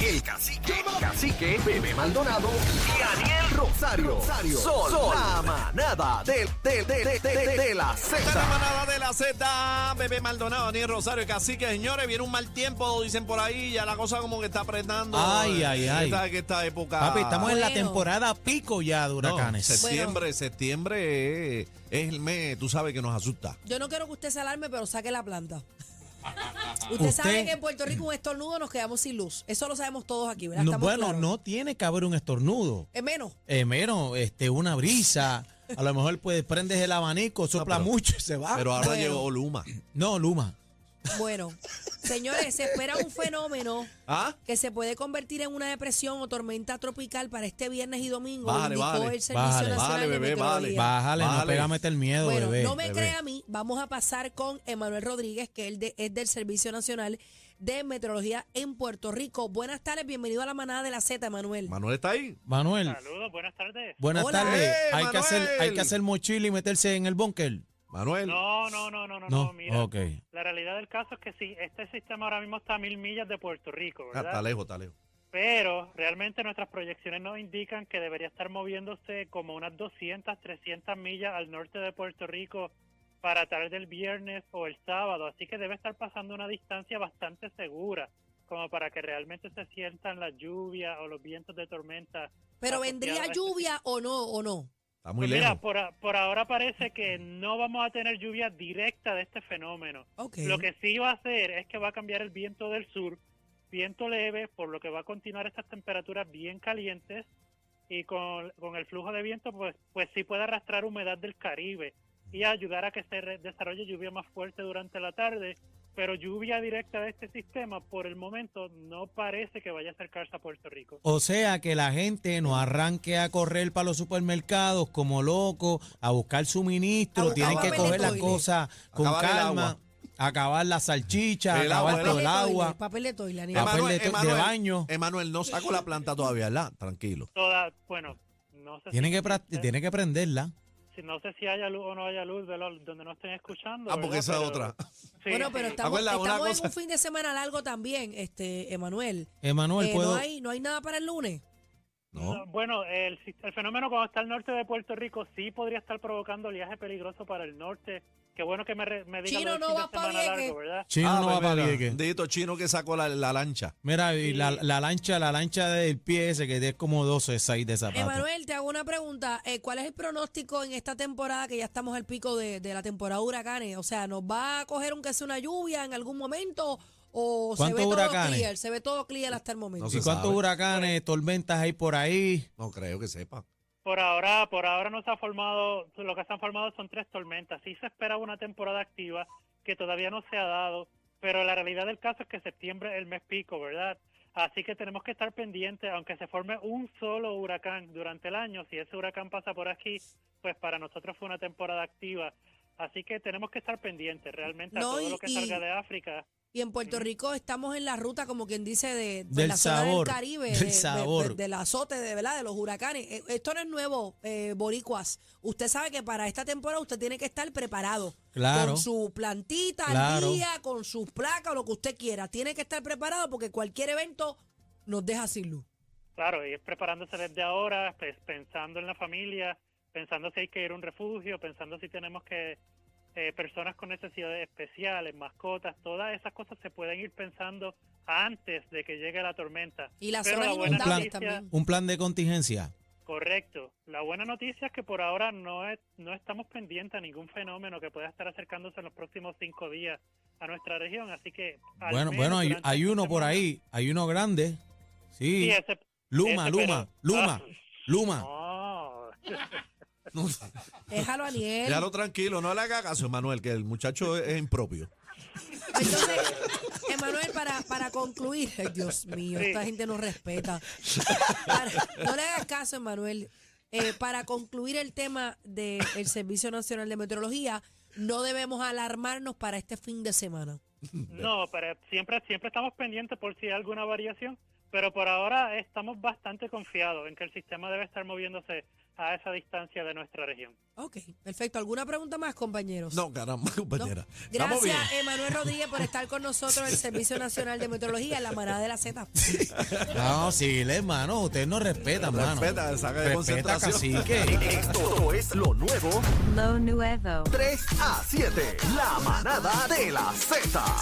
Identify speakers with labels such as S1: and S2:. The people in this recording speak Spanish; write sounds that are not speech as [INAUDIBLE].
S1: el cacique, cacique, bebé Maldonado y Daniel Rosario. Rosario. Sol, Sol. la manada de, de, de, de, de- de la
S2: Esta es la
S1: Z.
S2: manada de la Z, bebé Maldonado, Daniel Rosario, Cacique, señores, viene un mal tiempo, dicen por ahí, ya la cosa como que está apretando.
S3: Ay, ay, ay.
S2: Esta, eh, que esta época.
S3: Papi, estamos en la
S4: Bueno.
S3: temporada pico ya de
S2: No,
S3: huracanes.
S2: septiembre, septiembre es, es el mes, tú sabes que nos asusta.
S4: Yo no quiero que usted se alarme, pero saque la planta. [LAUGHS] Usted,
S3: Usted-
S4: sabe que en Puerto Rico un estornudo nos quedamos sin luz. Eso lo sabemos todos aquí, ¿verdad?
S3: No,
S4: Estamos
S3: bueno,
S4: claros.
S3: no tiene que haber un estornudo.
S4: Es menos.
S3: Eh, menos, este, una brisa. A lo mejor pues prendes el abanico, sopla
S2: pero-
S3: mucho y se
S5: Ah,
S3: va.
S2: Pero ahora
S4: bueno.
S2: llegó Luma.
S3: no, Luma.
S4: Bueno,
S3: [LAUGHS]
S4: señores, se espera un fenómeno
S2: ¿Ah?
S4: que se puede convertir en una depresión o tormenta tropical para este viernes y domingo,
S2: Bájale,
S4: indicó
S2: bájale.
S4: el Servicio
S3: Bájale.
S4: Nacional
S2: Bájale,
S4: de
S2: bebé, bájale.
S4: Meteorología.
S3: Bájale, no
S2: Bájale.
S3: pega a meter miedo,
S4: Bueno,
S3: bebé.
S4: no me
S3: bebé.
S4: crea a mí, vamos a pasar con Emanuel Rodríguez, que él de- es del Servicio Nacional de Meteorología en Puerto Rico. Buenas tardes, bienvenido a la manada de la Z, Emanuel.
S2: Manuel está ahí.
S3: Manuel,
S5: Saludos, buenas tardes.
S3: buenas
S4: Hola.
S3: tardes.
S2: ¡Eh,
S3: hay, que hacer, hay
S2: Manuel!
S3: que hacer mochila y meterse en el búnker.
S2: Manuel. Ah,
S5: No, no, no, no, no, no, mira.
S3: ok.
S5: La realidad del caso es que sí, este sistema ahora mismo está a mil millas de Puerto Rico,
S2: Ah, está
S5: ¿verdad?
S2: lejos, está lejos.
S5: Pero realmente nuestras proyecciones nos indican que debería estar moviéndose como unas 200, 300 millas al norte de Puerto Rico para tarde del viernes o el sábado, así que debe estar pasando una distancia bastante segura, como para que realmente se sientan las lluvias o los vientos de tormenta
S4: Pero
S5: asociado a
S4: vendría
S5: este
S4: lluvia o no, o no.
S2: Está muy
S5: Pues
S2: lejos.
S5: Mira, por, a- por ahora parece que no vamos a tener lluvia directa de este fenómeno.
S4: Ok.
S5: Lo que sí va a hacer es que va a cambiar el viento del sur, viento leve, por lo que va a continuar estas temperaturas bien calientes y con, con el flujo de viento pues, pues sí puede arrastrar humedad del Caribe y ayudar a que se re- desarrolle lluvia más fuerte durante la tarde, pero lluvia directa de este sistema por el momento no parece que vaya a acercarse a Puerto Rico.
S3: O sea que la gente no arranque a correr para los supermercados como loco, a buscar
S4: A
S3: suministros,
S4: buscar
S3: tienen que
S4: papel de
S3: coger las
S4: toile.
S3: cosas con
S2: Acabar el
S3: calma,
S2: agua.
S3: acabar la salchicha,
S2: El agua,
S3: acabar
S2: el
S3: todo el
S4: toilet,
S3: agua.
S4: papel de toile, Aníbal.
S3: papel de to- de baño.
S2: Emanuel, no saco la planta todavía, ¿verdad? Tranquilo.
S5: Toda, bueno, no sé
S3: Tienen
S5: si
S3: que, prac-
S5: existe.
S3: tienen que prenderla.
S5: Si no sé si haya luz o no haya luz, velo donde no estén escuchando.
S2: Ah, porque
S5: ¿verdad?
S2: esa es
S5: Pero-
S2: otra.
S5: Sí,
S4: bueno, pero
S5: sí.
S4: estamos,
S2: Acuérdate, una
S4: estamos en
S2: cosa-
S4: un fin de semana largo también, este, Emanuel.
S3: Emanuel,
S4: Eh,
S3: puedo.
S4: no, hay, no hay nada para el lunes.
S2: No.
S5: Bueno, el, sis- el fenómeno cuando está al norte de Puerto Rico sí podría estar provocando oleaje peligroso para el norte. Qué bueno que me, re- me diga
S4: Chino,
S5: lo del
S4: no
S5: fin de
S4: vas pa' eh.
S5: semana largo,
S4: Vieques.
S5: ¿verdad?
S3: Chino
S2: Ah,
S3: no
S2: pues
S3: va para
S2: mira,
S3: Vieques.
S2: Dedito chino que sacó la, la lancha.
S3: Mira, y
S5: Sí.
S3: la, la lancha, la lancha del pie ese que es como 12, 6 de zapatos.
S4: Emanuel, te hago una pregunta. Eh, ¿Cuál es el pronóstico en esta temporada que ya estamos al pico de, de la temporada de huracanes? O sea, ¿nos va a coger aunque sea una lluvia en algún momento o se
S3: ¿Cuántos
S4: ve
S3: huracanes?
S4: todo clear? Se ve todo clear hasta el momento.
S2: No
S3: ¿Y
S2: se
S3: cuántos
S2: sabe.
S5: Pues-
S3: huracanes, tormentas hay por ahí?
S2: No creo que sepa.
S5: Por ahora, por ahora no se ha formado, lo que se han formado son tres tormentas. Sí se esperaba una temporada activa que todavía no se ha dado, pero la realidad del caso es que septiembre es el mes pico, ¿verdad? Así que tenemos que estar pendientes, aunque se forme un solo huracán durante el año, si ese huracán pasa por aquí, pues para nosotros fue una temporada activa. Así que tenemos que estar pendientes
S4: No,
S5: realmente a todo
S4: y-
S5: lo que
S4: y-
S5: salga de África.
S4: Y en Puerto Rico estamos en la ruta, como quien dice, de, pues,
S3: Del
S4: la
S3: sabor,
S4: zona del Caribe,
S3: del
S4: de- de-
S3: sabor.
S4: de- del azote, de, ¿verdad? de los huracanes. Eh, Esto no es nuevo, eh, Boricuas. Usted sabe que para esta temporada usted tiene que estar preparado.
S3: Claro.
S4: Con su plantita
S3: Claro.
S4: al día, con sus placas, lo que usted quiera. Tiene que estar preparado porque cualquier evento nos deja sin luz.
S5: Claro, ir preparándose desde ahora, pues, pensando en la familia, pensando si hay que ir a un refugio, pensando si tenemos que eh, personas con necesidades especiales, mascotas, todas esas cosas se pueden ir pensando antes de que llegue la tormenta.
S4: Y las
S5: Pero
S4: zonas
S5: la buena
S4: inundables
S5: noticia-
S4: también.
S3: Un plan de contingencia.
S5: Correcto. La buena noticia es que por ahora no, es- no estamos pendientes a ningún fenómeno que pueda estar acercándose en los próximos cinco días a nuestra región, así que... al
S3: Bueno,
S5: menos
S3: bueno, hay,
S5: durante
S3: hay
S5: esta
S3: uno por
S5: semana-
S3: ahí, hay uno grande. Sí.
S5: Sí, ese-
S3: Luma,
S5: ese,
S3: Luma,
S5: pero-
S3: Luma,
S5: Ah,
S3: Luma.
S5: no.
S2: No,
S4: Déjalo a Niel.
S2: déjalo tranquilo, no le haga caso, Emanuel, que el muchacho es, es impropio.
S4: Entonces, Emanuel, para, para concluir, ay, Dios mío,
S5: Sí.
S4: esta gente no respeta. Para- no le hagas caso, Emanuel. Eh, para concluir el tema del Servicio Nacional de Meteorología, no debemos alarmarnos para este fin de semana.
S5: No, pero siempre, siempre estamos pendientes por si hay alguna variación, pero por ahora estamos bastante confiados en que el sistema debe estar moviéndose a esa distancia de nuestra región.
S4: Ok, perfecto. ¿Alguna pregunta más, compañeros?
S2: No, caramba, [LAUGHS]
S4: ¿No?
S2: compañera. Estamos bien.
S4: Gracias, Emanuel Rodríguez, por estar con nosotros el Servicio Nacional de Meteorología en la manada de la Z.
S3: [LAUGHS] No, sí, hermano, ustedes no respetan, mano.
S2: Respeta, saca de
S3: Respeta,
S2: concentración.
S3: cacique.
S1: Esto es lo nuevo
S6: Lo nuevo.
S1: 3 a 7. La manada de la Z.